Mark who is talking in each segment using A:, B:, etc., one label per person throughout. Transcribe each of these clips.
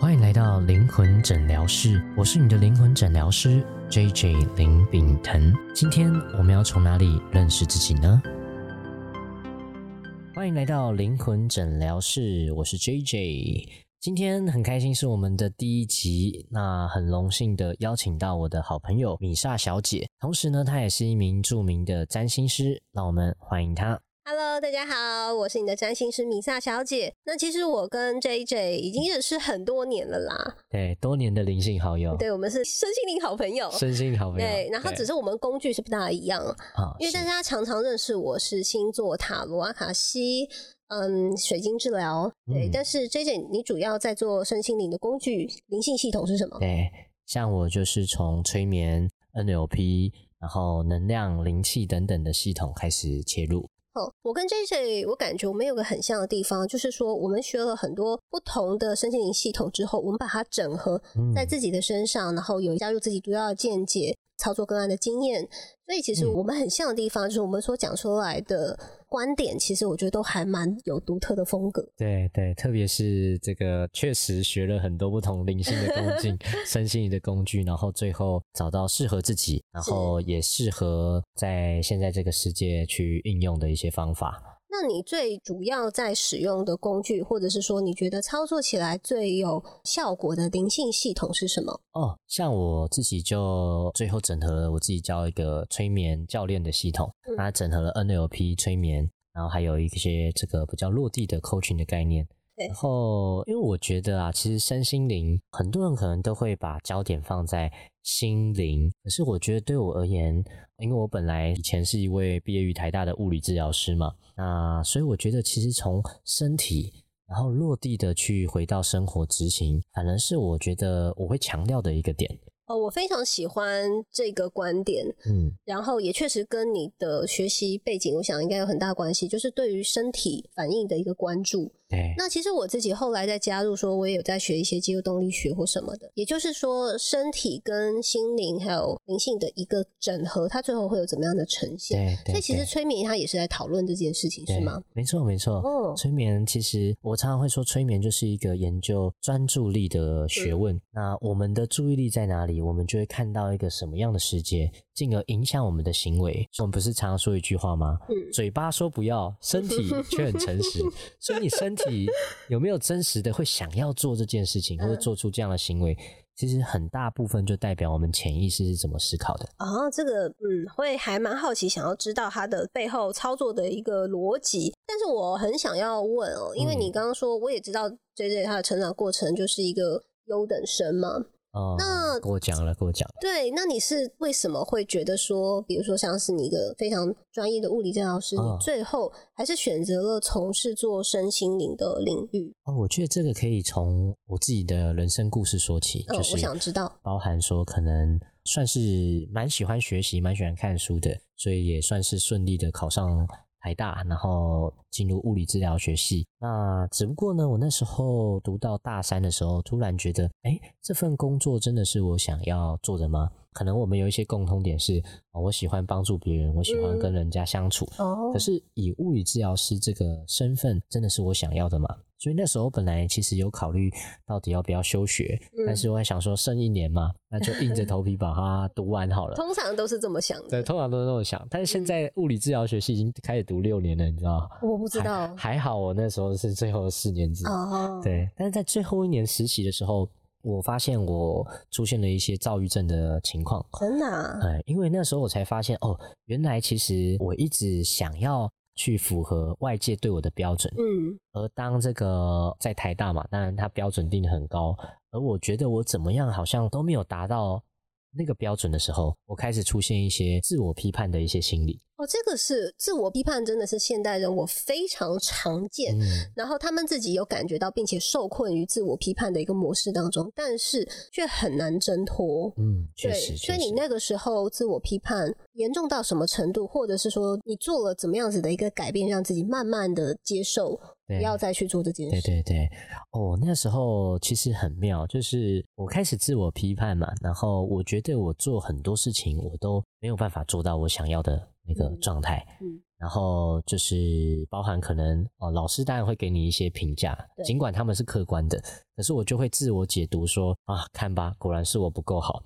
A: 欢迎来到灵魂诊疗室，我是你的灵魂诊疗师 J J 林炳腾。今天我们要从哪里认识自己呢？欢迎来到灵魂诊疗室，我是 J J。今天很开心是我们的第一集，那很荣幸的邀请到我的好朋友米莎小姐，同时呢，她也是一名著名的占星师，让我们欢迎她。
B: Hello，大家好，我是你的占星师米萨小姐。那其实我跟 JJ 已经认识很多年了啦，
A: 对，多年的灵性好友，
B: 对我们是身心灵好朋友。
A: 身心嗯好朋友，
B: 对，然后只是我们工具是不大一样，
A: 啊，
B: 因为
A: 是
B: 大家常常认识我是星座、塔罗、阿卡西，嗯，水晶治疗。对，
A: 嗯
B: 但是 JJ 你主要在做身心灵的工具，灵性系统是什么？
A: 对，像我就是从催眠、NLP，然后能量、灵气等等的系统开始切入。
B: 哦，我跟 JJ，我感觉我们有个很像的地方，就是说我们学了很多不同的身心灵系统之后，我们把它整合
A: 嗯
B: 在自己的身上，然后有加入自己独到的见解、操作个案的经验。所以其实
A: 嗯
B: 我们很像的地方，就是我们所讲出来的观点，其实我觉得都还蛮有独特的风格。
A: 对对，特别是这个确实学了很多不同灵性的工 具、身心灵的工具，然后最后找到适合自己，然
B: 是
A: 后也适合在现在这个世界去应用的一些方法。
B: 那你最主要在使用的工具，或者是说你觉得操作起来最有效果的灵性系统是什么？
A: 哦，像我自己就最后整合了我自己教一个催眠教练的系统，
B: 嗯
A: 它整合了 NLP 催眠，然后还有一些这个比较落地的 coaching 的概念。
B: 对
A: 然后，因为我觉得啊，其实身心灵，很多人可能都会把焦点放在心灵，可是我觉得对我而言，因为我本来以前是一位毕业于台大的物理治疗师嘛，那所以我觉得其实从身体，然后落地的去回到生活执行，反而是我觉得我会强调的一个点。
B: 哦，我非常喜欢这个观点，
A: 嗯，
B: 然后也确实跟你的学习背景，我想应该有很大关系，就是对于身体反应的一个关注。
A: 对，
B: 那其实我自己后来再加入说，我也有在学一些肌肉动力学或什么的，也就是说，身体跟心灵还有灵性的一个整合，它最后会有怎么样的呈现？
A: 对，对
B: 所以其实
A: 对
B: 催眠它也是在讨论这件事情，
A: 对
B: 是吗？？
A: 没错，没错。
B: 哦
A: 催眠其实我常常会说，催眠就是一个研究专注力的
B: 嗯
A: 学问。那我们的注意力在哪里，我们就会看到一个什么样的世界，进而影响我们的行为。我们不是常常说一句话吗？
B: 嗯
A: 嘴巴说不要，身体却很诚实。所以你身 体有没有真实的会想要做这件事情，或者
B: 嗯
A: 做出这样的行为，其实很大部分就代表我们潜意识是怎么思考的。
B: 哦，这个嗯，会还蛮好奇，想要知道它的背后操作的一个逻辑。但是我很想要问哦，因为
A: 嗯
B: 你刚刚说，我也知道 J J 他的成长过程就是一个优等生嘛，
A: 哦、
B: 那
A: 跟我讲了，跟我讲了。
B: 对，那你是为什么会觉得说，比如说像是你一个非常专业的物理治疗师，
A: 嗯
B: 你最后还是选择了从事做身心灵的领域？
A: 哦，我觉得这个可以从我自己的人生故事说起，
B: 嗯，
A: 就是
B: 我想知道。
A: 包含说可能算是蛮喜欢学习、蛮喜欢看书的，所以也算是顺利的考上台大，然后进入物理治疗学系。那只不过呢，我那时候读到大三的时候，突然觉得，哎，这份工作真的是我想要做的吗？可能我们有一些共通点是，哦我喜欢帮助别人，我喜欢
B: 嗯
A: 跟人家相处，
B: 哦
A: 可是以物理治疗师这个身份，真的是我想要的吗？所以那时候本来其实有考虑到底要不要休学，
B: 嗯
A: 但是我还想说剩一年嘛，那就硬着头皮把它读完好了。
B: 通嗯常都是这么想
A: 对，
B: 的，
A: 通常都是这么想，但是现在物理治疗学系已经开始读六年了，你知道吗？
B: 我不知道
A: 还还好我那时候是最后四年制，
B: 哦。，
A: 对，但是在最后一年实习的时候，我发现我出现了一些躁郁症的情况，
B: 真的啊、
A: 哎，因为那时候我才发现，哦，原来其实我一直想要去符合外界对我的标准，
B: 嗯，
A: 而当这个在台大嘛，当然它标准定的很高，而我觉得我怎么样好像都没有达到那个标准的时候，我开始出现一些自我批判的一些心理。
B: 哦，这个是自我批判，真的是现代人我非常常见。
A: 嗯，
B: 然后他们自己有感觉到，并且受困于自我批判的一个模式当中，但是却很难挣脱。
A: 嗯，确
B: 对，
A: 实，
B: 所以
A: 确
B: 你
A: 实
B: 那个时候自我批判严重到什么程度，或者是说你做了怎么样子的一个改变，让自己慢慢的接受，
A: 对
B: 不要再去做这件
A: 对
B: 事。
A: 对对，哦，那时候其实很妙，就是我开始自我批判嘛，然后我觉得我做很多事情我都没有办法做到我想要的那个
B: 嗯
A: 状态，
B: 嗯
A: 然后就是包含可能哦，老师当然会给你一些评价，
B: 对
A: 尽管他们是客观的，可是我就会自我解读说啊，看吧，果然是我不够好。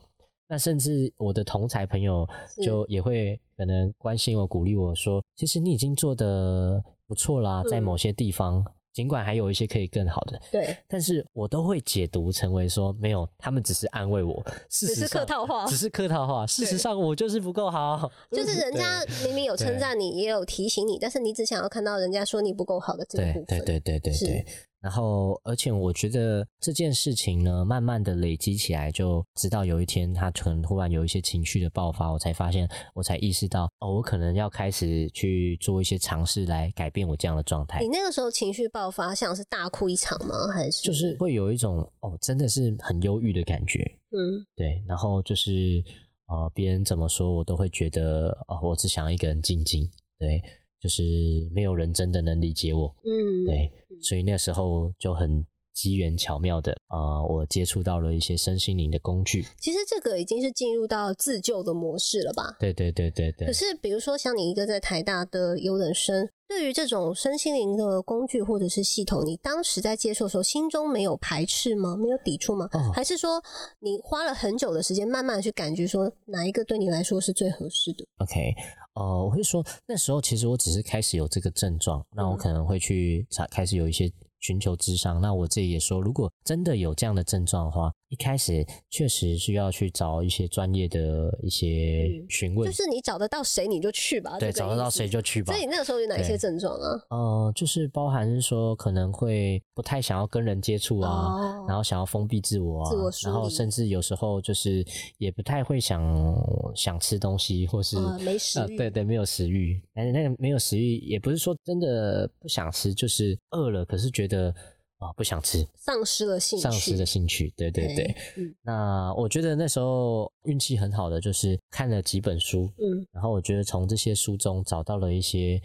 A: 那甚至我的同才朋友
B: 是
A: 就也会可能关心我、鼓励我说，其实你已经做的不错啦，在
B: 嗯
A: 某些地方，尽管还有一些可以更好的，
B: 对，
A: 但是我都会解读成为说，没有，他们只是安慰我，事
B: 只
A: 实
B: 是客
A: 上
B: 套话
A: 只。是客套话。事实
B: 对
A: 上，我就是不够好，
B: 就是人家明明有称赞你，也有提醒你，但是你只想要看到人家说你不够好的这个
A: 对
B: 部
A: 对
B: 分。
A: 对对对
B: 是
A: 对。然后，而且我觉得这件事情呢，慢慢的累积起来，就直到有一天他可能突然有一些情绪的爆发，我才发现，我才意识到，哦，我可能要开始去做一些尝试来改变我这样的状态
B: 你。那个时候情绪爆发，像是大哭一场吗？还是
A: 就是会有一种哦，真的是很忧郁的感觉，
B: 嗯，
A: 对，然后就是呃，别人怎么说我都会觉得啊、我只想一个人静静。对，就是没有人真的能理解我。
B: 嗯，
A: 对，所以那时候就很机缘巧妙的啊、呃我接触到了一些身心灵的工具。
B: 其实这个已经是进入到自救的模式了吧？
A: 对对对对对
B: 可，是，比如说像你一个在台大的优等生，对于这种身心灵的工具或者是系统，你当时在接受的时候，心中没有排斥吗？没有抵触吗？
A: 哦
B: 还是说你花了很久的时间，慢慢地去感觉说哪一个对你来说是最合适的？
A: OK，呃，我会说那时候其实我只是开始有这个症状，那我
B: 嗯
A: 可能会去查，开始有一些寻求智商。那我自己也说，如果真的有这样的症状的话，一开始确实需要去找一些专业的一些
B: 嗯
A: 询问，
B: 就是你找得到谁你就去吧，
A: 对，
B: 这个
A: 找得到
B: 意思
A: 谁。就去吧
B: 所以。你那个时候有哪一些
A: 对
B: 症状啊？
A: 呃，就是包含是说可能会不太想要跟人接触啊，
B: 哦
A: 然后想要封闭自我啊，
B: 自我梳
A: 然后
B: 理
A: 甚至有时候就是也不太会想想吃东西，或是、
B: 呃没食
A: 呃
B: 欲
A: 对对，没有食欲。但是那个没有食欲，也不是说真的不想吃，就是饿了，可是觉得啊、不想吃，
B: 丧失了兴趣，
A: 丧失了兴趣。对对对。
B: 嗯
A: 那我觉得那时候运气很好的，就是看了几本书，
B: 嗯，
A: 然后我觉得从这些书中找到了一些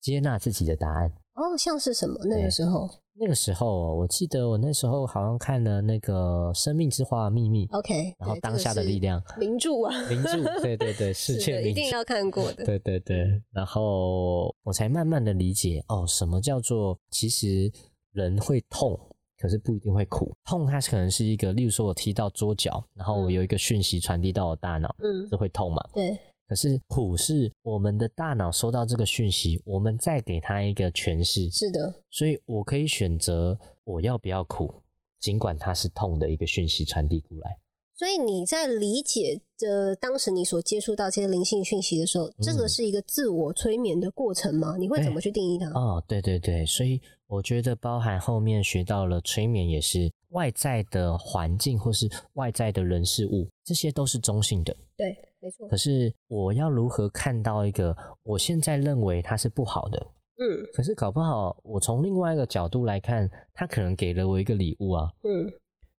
A: 接纳自己的答案。
B: 哦，像是什么那个
A: 对
B: 时候
A: 那个时候，哦我记得我那时候好像看了那个《生命之花的秘密》，
B: ，OK，
A: 然后
B: 对
A: 当下的力，量，
B: 这个是名著啊，
A: 名著， 对对对，世
B: 是
A: 界
B: 的，一
A: 名
B: 定
A: 著，
B: 要嗯看过的，
A: 对对对。然后我才慢慢的理解，哦，什么叫做其实人会痛，可是不一定会苦。痛它可能是一个，例如说我踢到桌角，然后我有一个讯息传递到我大脑，
B: 嗯，
A: 这会痛嘛？
B: 对，
A: 可是苦是我们的大脑收到这个讯息，我们再给它一个诠释，
B: 是的，
A: 所以我可以选择我要不要苦，尽管它是痛的一个讯息传递过来。
B: 所以你在理解着当时你所接触到这些灵性讯息的时候，这个
A: 嗯
B: 是一个自我催眠的过程吗？你会怎么去定义它？
A: 哦，对对对，所以我觉得包含后面学到了催眠也是外在的环境或是外在的人事物，这些都是中性的。
B: 对，没错
A: 可，是我要如何看到一个我现在认为它是不好的，
B: 嗯
A: 可是搞不好我从另外一个角度来看，它可能给了我一个礼物啊。
B: 嗯，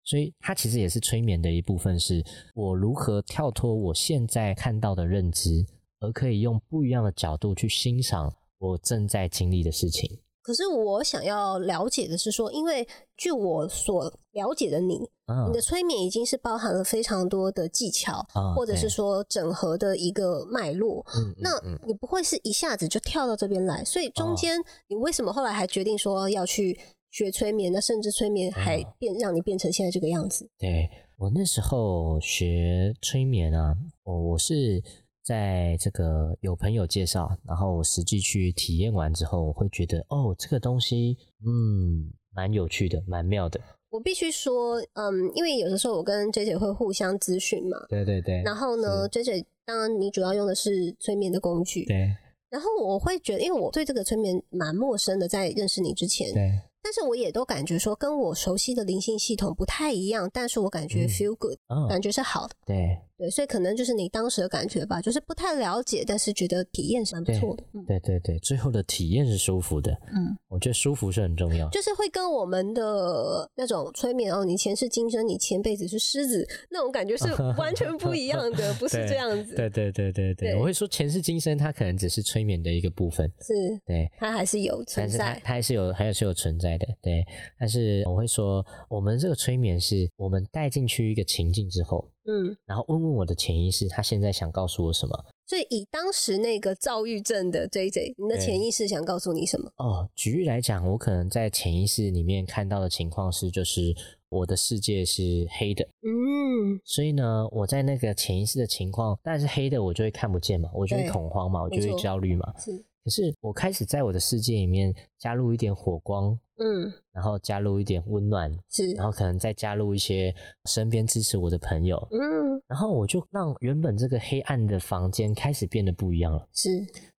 A: 所以它其实也是催眠的一部分，是我如何跳脱我现在看到的认知，而可以用不一样的角度去欣赏我正在经历的事情。
B: 可是我想要了解的是说，因为据我所了解的你，
A: 嗯
B: 你的催眠已经是包含了非常多的技巧，
A: 啊
B: 或者是
A: 对
B: 说整合的一个脉络。
A: 嗯嗯
B: 那
A: 嗯哦
B: 你不会是一下子就跳到这边来，所以中间你为什么后来还决定说要去学催眠？那甚至催眠还
A: 哦
B: 变让你变成现在这个样子？
A: 对我那时候学催眠啊，我我是在这个有朋友介绍，然后我实际去体验完之后，我会觉得哦，这个东西嗯蛮有趣的，蛮妙的。
B: 我必须说，嗯，因为有的时候我跟 J J 会互相咨询嘛，
A: 对对对
B: 然后呢，J J 当然你主要用的是催眠的工具，
A: 对
B: 然后我会觉得，因为我对这个催眠蛮陌生的，在认识你之前，
A: 对，
B: 但是我也都感觉说跟我熟悉的灵性系统不太一样，但是我感觉
A: 嗯
B: feel good，、
A: 嗯
B: 感觉是好的。
A: 对。
B: 对，所以可能就是你当时的感觉吧，就是不太了解，但是觉得体验是蛮不错的。嗯
A: 对对对，最后的体验是舒服的。
B: 嗯，
A: 我觉得舒服是很重要。
B: 就是会跟我们的那种催眠哦，你前世今生，你前辈子是狮子那种感 觉是完全不一样的，不是这样子，
A: 对对对对对，
B: 对
A: 我会说前世今生，它可能只是催眠的一个部分，
B: 是
A: 对，
B: 它还是有存
A: 但是它
B: 在。
A: 它还是有还是有存在的，对。但是我会说，我们这个催眠是我们带进去一个情境之后，
B: 嗯，
A: 然后问问我的潜意识，他现在想告诉我什么？
B: 所以以当时那个躁郁症的 J J，你的
A: 对
B: 潜意识想告诉你什么？
A: 哦，举例来讲，我可能在潜意识里面看到的情况是，就是我的世界是黑的，
B: 嗯，
A: 所以呢，我在那个潜意识的情况，但是黑的我就会看不见嘛，我就会
B: 对
A: 恐慌嘛，我就
B: 没
A: 会
B: 错
A: 焦虑嘛。
B: 是，
A: 可是我开始在我的世界里面加入一点火光，
B: 嗯，
A: 然后加入一点温暖，
B: 是，
A: 然后可能再加入一些身边支持我的朋友，
B: 嗯，
A: 然后我就让原本这个黑暗的房间开始变得不一样了。
B: 是，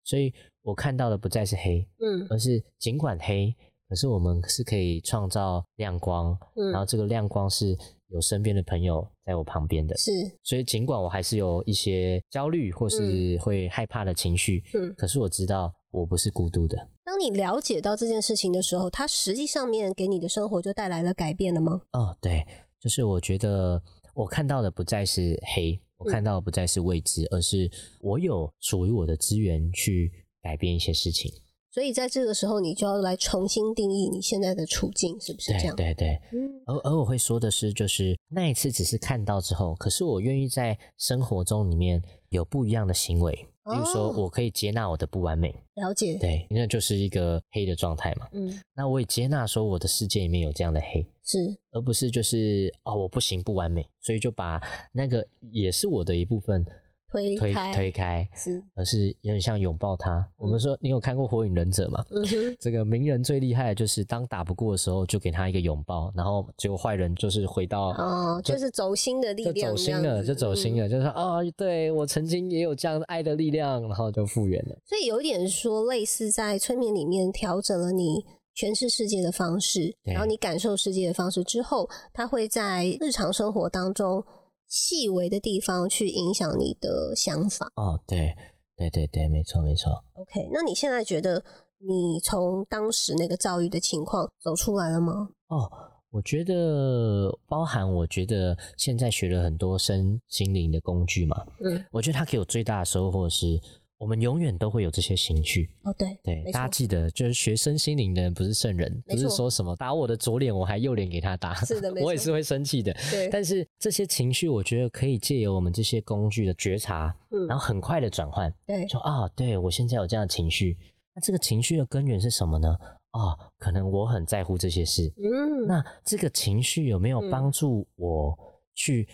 A: 所以我看到的不再是黑，
B: 嗯
A: 而是尽管黑，可是我们是可以创造亮光，然后
B: 嗯，
A: 这个亮光是有身边的朋友在我旁边的。
B: 是，
A: 所以尽管我还是有一些焦虑或是会害怕的情绪，
B: 嗯。
A: 可是我知道我不是孤独的。
B: 当你了解到这件事情的时候，它实际上面给你的生活就带来了改变了吗？
A: 哦，对，就是我觉得我看到的不再是黑，我
B: 嗯
A: 看到的不再是未知，而是我有属于我的资源去改变一些事情。
B: 所以在这个时候，你就要来重新定义你现在的处境，是不是这
A: 对
B: 样？
A: 对对，
B: 嗯
A: 而而我会说的是，就是那一次只是看到之后，可是我愿意在生活中里面有不一样的行为，
B: 哦
A: 比如说我可以接纳我的不完美，
B: 了解。
A: 对，那就是一个黑的状态嘛。
B: 嗯，
A: 那我也接纳说我的世界里面有这样的黑，
B: 是，
A: 而不是就是哦我不行不完美，所以就把那个也是我的一部分
B: 推
A: 推
B: 开，
A: 推开，
B: 是，
A: 而是有点像拥抱它。我们说你有看过《火影忍者》吗？
B: 嗯哼，
A: 这个鸣人最厉害的就是当打不过的时候，就给他一个拥抱，然后结果坏人就是回到
B: 哦，就是走心的力
A: 就
B: 量
A: 走
B: 这
A: 心
B: 样子，
A: 了，就走心
B: 嗯。
A: 了，就是说啊、对我曾经也有这样的爱的力量，然后就复原了。
B: 所以有点说，类似在催眠里面调整了你。诠释世界的方式，
A: 对
B: 然后你感受世界的方式之后，它会在日常生活当中细微的地方去影响你的想法。
A: 哦，对，对对对，没错没错。
B: OK，那你现在觉得你从当时那个遭遇的情况走出来了吗？
A: 哦，我觉得包含我觉得现在学了很多身心灵的工具嘛，
B: 嗯，
A: 我觉得它给我最大的收获是，我们永远都会有这些情绪。
B: 哦，对，
A: 对
B: 没，错
A: 大家记得，就是学身心灵的人不是圣人，
B: 没
A: 不是
B: 错
A: 说什么打我的左脸，我还右脸给他打，
B: 是的没
A: 我也
B: 错
A: 是会生气的。
B: 对，
A: 但是这些情绪，我觉得可以借由我们这些工具的觉察，
B: 嗯
A: 然后很快的转换，
B: 对，
A: 说啊，对我现在有这样的情绪，那这个情绪的根源是什么呢？啊，可能我很在乎这些事，
B: 嗯，
A: 那这个情绪有没有
B: 嗯
A: 帮助我去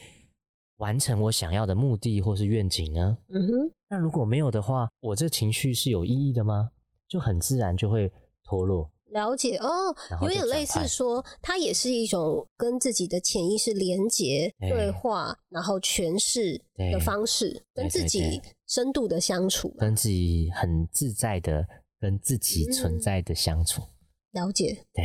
A: 完成我想要的目的或是愿景呢？
B: 嗯哼，
A: 那如果没有的话，我这情绪是有意义的吗？就很自然就会脱落。
B: 了解哦
A: 然，后
B: 有
A: 就
B: 点
A: 转
B: 类似
A: 换
B: 说，它也是一种跟自己的潜意识连接、
A: 哎
B: 对话，然后诠释的
A: 对
B: 方式，跟
A: 对
B: 自
A: 对
B: 己
A: 对
B: 深度的相处。
A: 跟自己很自在的跟自己存
B: 嗯
A: 在的相处。
B: 了解。
A: 对，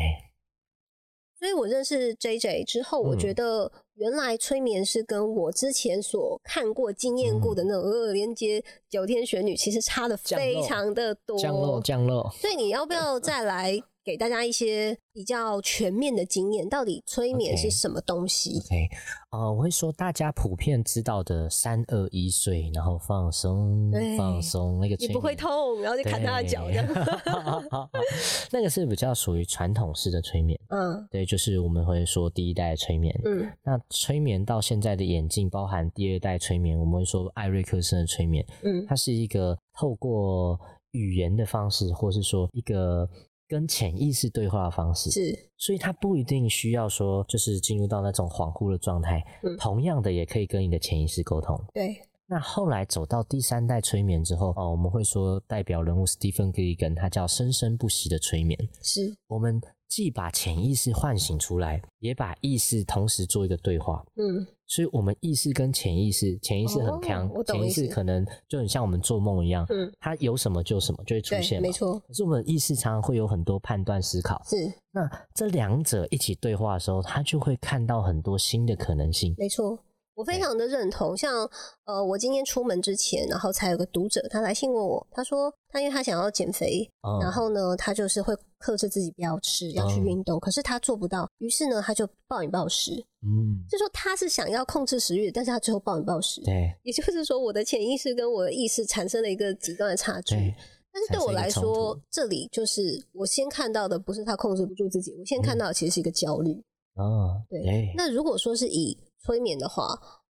B: 所以我认识 J J 之后，我
A: 嗯
B: 觉得原来催眠是跟我之前所看过、经验过的那种呃连接九天玄女，其实差的
A: 嗯降
B: 非
A: 落
B: 常的多。
A: 降落降落。
B: 所以你要不要再来给大家一些比较全面的经验？到底催眠是
A: OK
B: 什么东西？
A: OK，呃，我会说大家普遍知道的三二一睡，然后放松
B: 对
A: 放松那个，
B: 你不会。痛，然后就砍他的脚这
A: 对
B: 样。
A: 那个是比较属于传统式的催眠，
B: 嗯
A: 对，就是我们会说第一代的催眠。
B: 嗯
A: 那催眠到现在的眼镜，包含第二代催眠，我们会说艾瑞克森的催眠，
B: 嗯
A: 它是一个透过语言的方式，或是说一个跟潜意识对话的方式，
B: 是
A: 所以它不一定需要说就是进入到那种恍惚的状态，
B: 嗯
A: 同样的也可以跟你的潜意识沟通。
B: 对，
A: 那后来走到第三代催眠之后，哦，我们会说代表人物史蒂芬·格里根，他叫生生不息的催眠。
B: 是
A: 我们既把潜意识唤醒出来，也把意识同时做一个对话。
B: 嗯
A: 所以，我们意识跟潜意识，潜意识很强
B: 哦我，懂
A: 潜、意
B: 意
A: 识
B: 思
A: 可能就很像我们做梦一样，
B: 嗯，
A: 它有什么就什么就会出
B: 对，
A: 现嘛
B: 没。错，
A: 可是我们的意识常常会有很多判断思考，
B: 是
A: 那这两者一起对话的时候，他就会看到很多新的可能性。
B: 没错。我非
A: 对
B: 常的认同，像呃，我今天出门之前，然后才有个读者他来信问我，他说他因为他想要减肥，
A: 嗯
B: 然后呢，他就是会克制自己不要吃，要去
A: 嗯
B: 运动，可是他做不到，于是呢，他就暴饮暴食，
A: 嗯，
B: 就说他是想要控制食欲，但是他最后暴饮暴食。
A: 对
B: 也就是说，我的潜意识跟我的意识产生了一个极端的差距。
A: 对，
B: 但是对我来
A: 产生一个冲
B: 说
A: 突，
B: 这里就是我先看到的，不是他控制不住自己，
A: 嗯
B: 我先看到的其实是一个焦虑。
A: 哦，
B: 对
A: 对，
B: 那如果说是以催眠的话，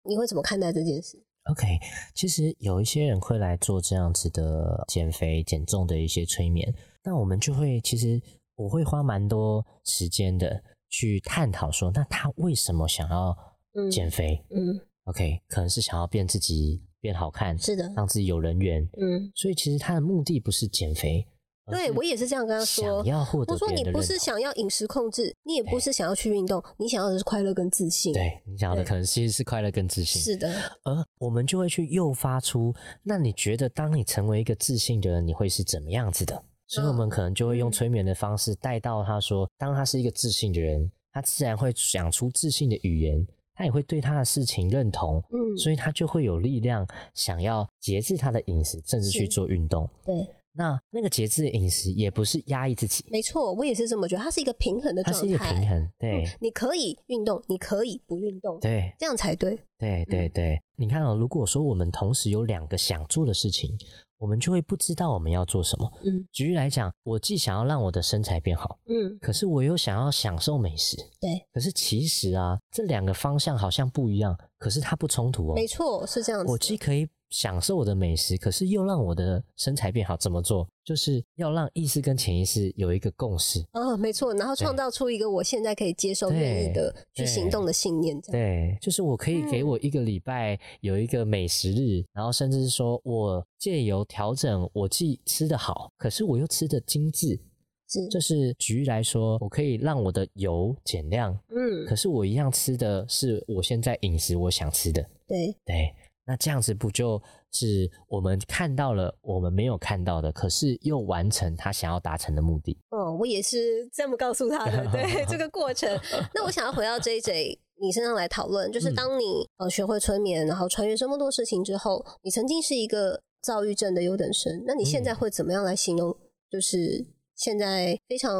B: 你会怎么看待这件事？
A: OK，其实有一些人会来做这样子的减肥减重的一些催眠，那我们就会其实我会花蛮多时间的去探讨说，那他为什么想要
B: 嗯
A: 减肥
B: 嗯，
A: ？OK，可能是想要变自己变好看，
B: 是的，
A: 让自己有人缘，
B: 嗯，
A: 所以其实他的目的不是减肥，而
B: 对
A: 呃是
B: 我也是这样跟他说
A: 想。要获得
B: 我说
A: 别人
B: 你
A: 的
B: 不
A: 认
B: 是
A: 同
B: 想要饮食控制，你也不
A: 对
B: 是想要去运动，你想要的是快乐跟自信。，
A: 对你想要的
B: 对
A: 可能其实是快乐跟自信，
B: 是的，
A: 而呃我们就会去诱发出，那你觉得当你成为一个自信的人，你会是怎么样子的？所以我们可能就会用
B: 嗯
A: 催眠的方式带到他说，当他是一个自信的人，他自然会讲出自信的语言，他也会对他的事情认同，
B: 嗯，
A: 所以他就会有力量想要节制他的饮食，甚至去
B: 是
A: 做运动。
B: 对，
A: 那那个节制的饮食也不是压抑自己，
B: 没错，我也是这么觉得，它是一个平衡的
A: 它
B: 状态。
A: 是一个平衡。对
B: 嗯，你可以运动，你可以不运动，
A: 对
B: 这样才对。
A: 对对
B: 嗯
A: 对，你看哦，如果说我们同时有两个想做的事情，我们就会不知道我们要做什么。
B: 嗯
A: 举例来讲，我既想要让我的身材变好，
B: 嗯，
A: 可是我又想要享受美食。
B: 对，
A: 可是其实啊，这两个方向好像不一样，可是它不冲突哦。
B: 没错，是这样子的。
A: 我既可以享受我的美食，可是又让我的身材变好，怎么做？就是要让意识跟潜意识有一个共识。
B: 啊、没错，然后创
A: 对
B: 造出一个我现在可以接受、愿意
A: 对
B: 的去行动的信念，这样
A: 对，就是我可以给
B: 嗯
A: 我一个礼拜有一个美食日，然后甚至是说我借由调整，我既吃得好，可是我又吃得精致。
B: 是，
A: 就是举例来说，我可以让我的油减量，
B: 嗯，
A: 可是我一样吃的是我现在饮食我想吃的，
B: 对，
A: 对，那这样子不就是我们看到了我们没有看到的，可是又完成他想要达成的目的？
B: 嗯，我也是这么告诉他的。对这个 过程，那我想要回到 J J 你身上来讨论，就是
A: 嗯
B: 当你呃学会催眠，然后穿越这么多事情之后，你曾经是一个躁郁症的优等生，那你现在
A: 嗯
B: 会怎么样来形容？就是现在非常，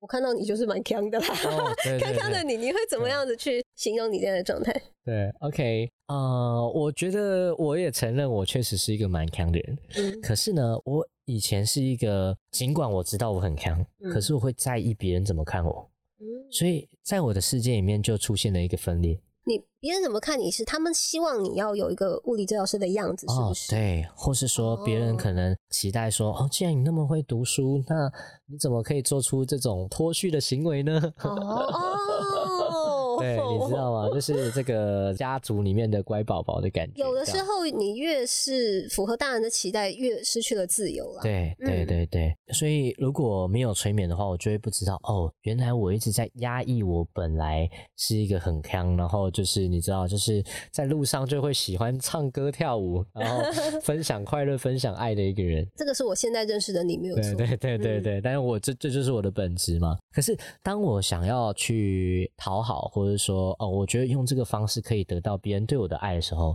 B: 我看到你就是蛮强的啦。
A: 哦，对
B: 看看的你，你会怎么样子去形容你这样的状态？
A: 对，OK，呃，我觉得我也承认我确实是一个蛮强的人，
B: 嗯
A: 可是呢，我以前是一个，尽管我知道我很强，可
B: 嗯
A: 是我会在意别人怎么看我，
B: 嗯，
A: 所以在我的世界里面就出现了一个分裂。
B: 你别人怎么看你是他们希望你要有一个物理治疗师的样子，是不是？
A: 哦、对，或是说别人
B: 哦
A: 可能期待说，哦既然你那么会读书，那你怎么可以做出这种脱序的行为呢？
B: 哦哦，
A: 对，你知道吗？就是这个家族里面的乖宝宝的感觉。
B: 有的
A: 这
B: 时
A: 样。
B: 候你越是符合大人的期待，越失去了自由了。
A: 对对
B: 嗯
A: 对对，所以如果没有催眠的话，我就会不知道哦，原来我一直在压抑我本来是一个很康，然后就是你知道，就是在路上就会喜欢唱歌跳舞，然 后分享快乐、分享爱的一个人。
B: 这个是我现在认识的你，没有
A: 对
B: 错。
A: 对对对
B: 嗯
A: 对，但是我这这就是我的本质嘛。可是当我想要去讨好，或者说哦，我觉得用这个方式可以得到别人对我的爱的时候，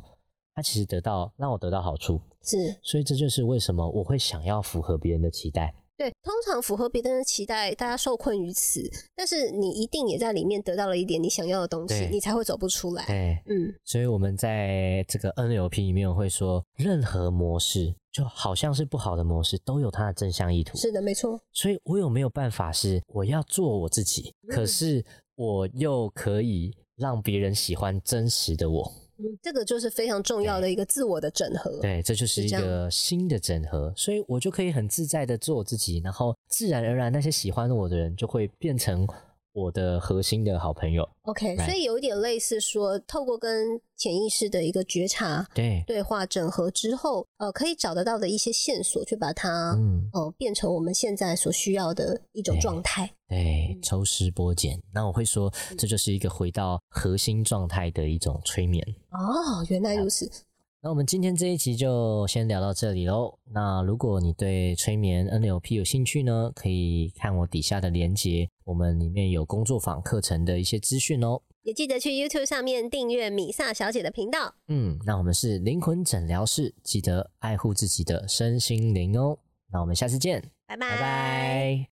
A: 他其实得到让我得到好处，
B: 是
A: 所以这就是为什么我会想要符合别人的期待。
B: 对，通常符合别人的期待，大家受困于此，但是你一定也在里面得到了一点你想要的东西
A: 对，
B: 你才会走不出来。
A: 对，
B: 嗯，
A: 哎所以我们在这个 NLP 里面会说，任何模式就好像是不好的模式，都有它的正向意图。
B: 是的，没错。
A: 所以我有没有办法是我要做我自己，可是我又可以让别人喜欢真实的我？
B: 嗯，这个就是非常重要的一个自我的整合。
A: 对，这就是一
B: 是这样
A: 个新的整合，所以我就可以很自在的做我自己，然后自然而然那些喜欢我的人就会变成我的核心的好朋友。
B: OK，
A: Right
B: 所以有一点类似说，透过跟潜意识的一个觉察、
A: 对，
B: 对话、整合之后，呃，可以找得到的一些线索，去把它
A: 嗯，
B: 呃变成我们现在所需要的一种
A: 对
B: 状态。
A: 对，抽丝剥茧。那我会说，这就是一个回到核心状态的一种催眠。
B: 哦，原来如此。
A: 那我们今天这一集就先聊到这里喽。那如果你对催眠 NLP 有兴趣呢，可以看我底下的连结，我们里面有工作坊课程的一些资讯哦。
B: 也记得去 YouTube 上面订阅米萨小姐的频道。
A: 嗯，那我们是灵魂诊疗室，记得爱护自己的身心灵哦。那我们下次见，
B: 拜拜。
A: 拜拜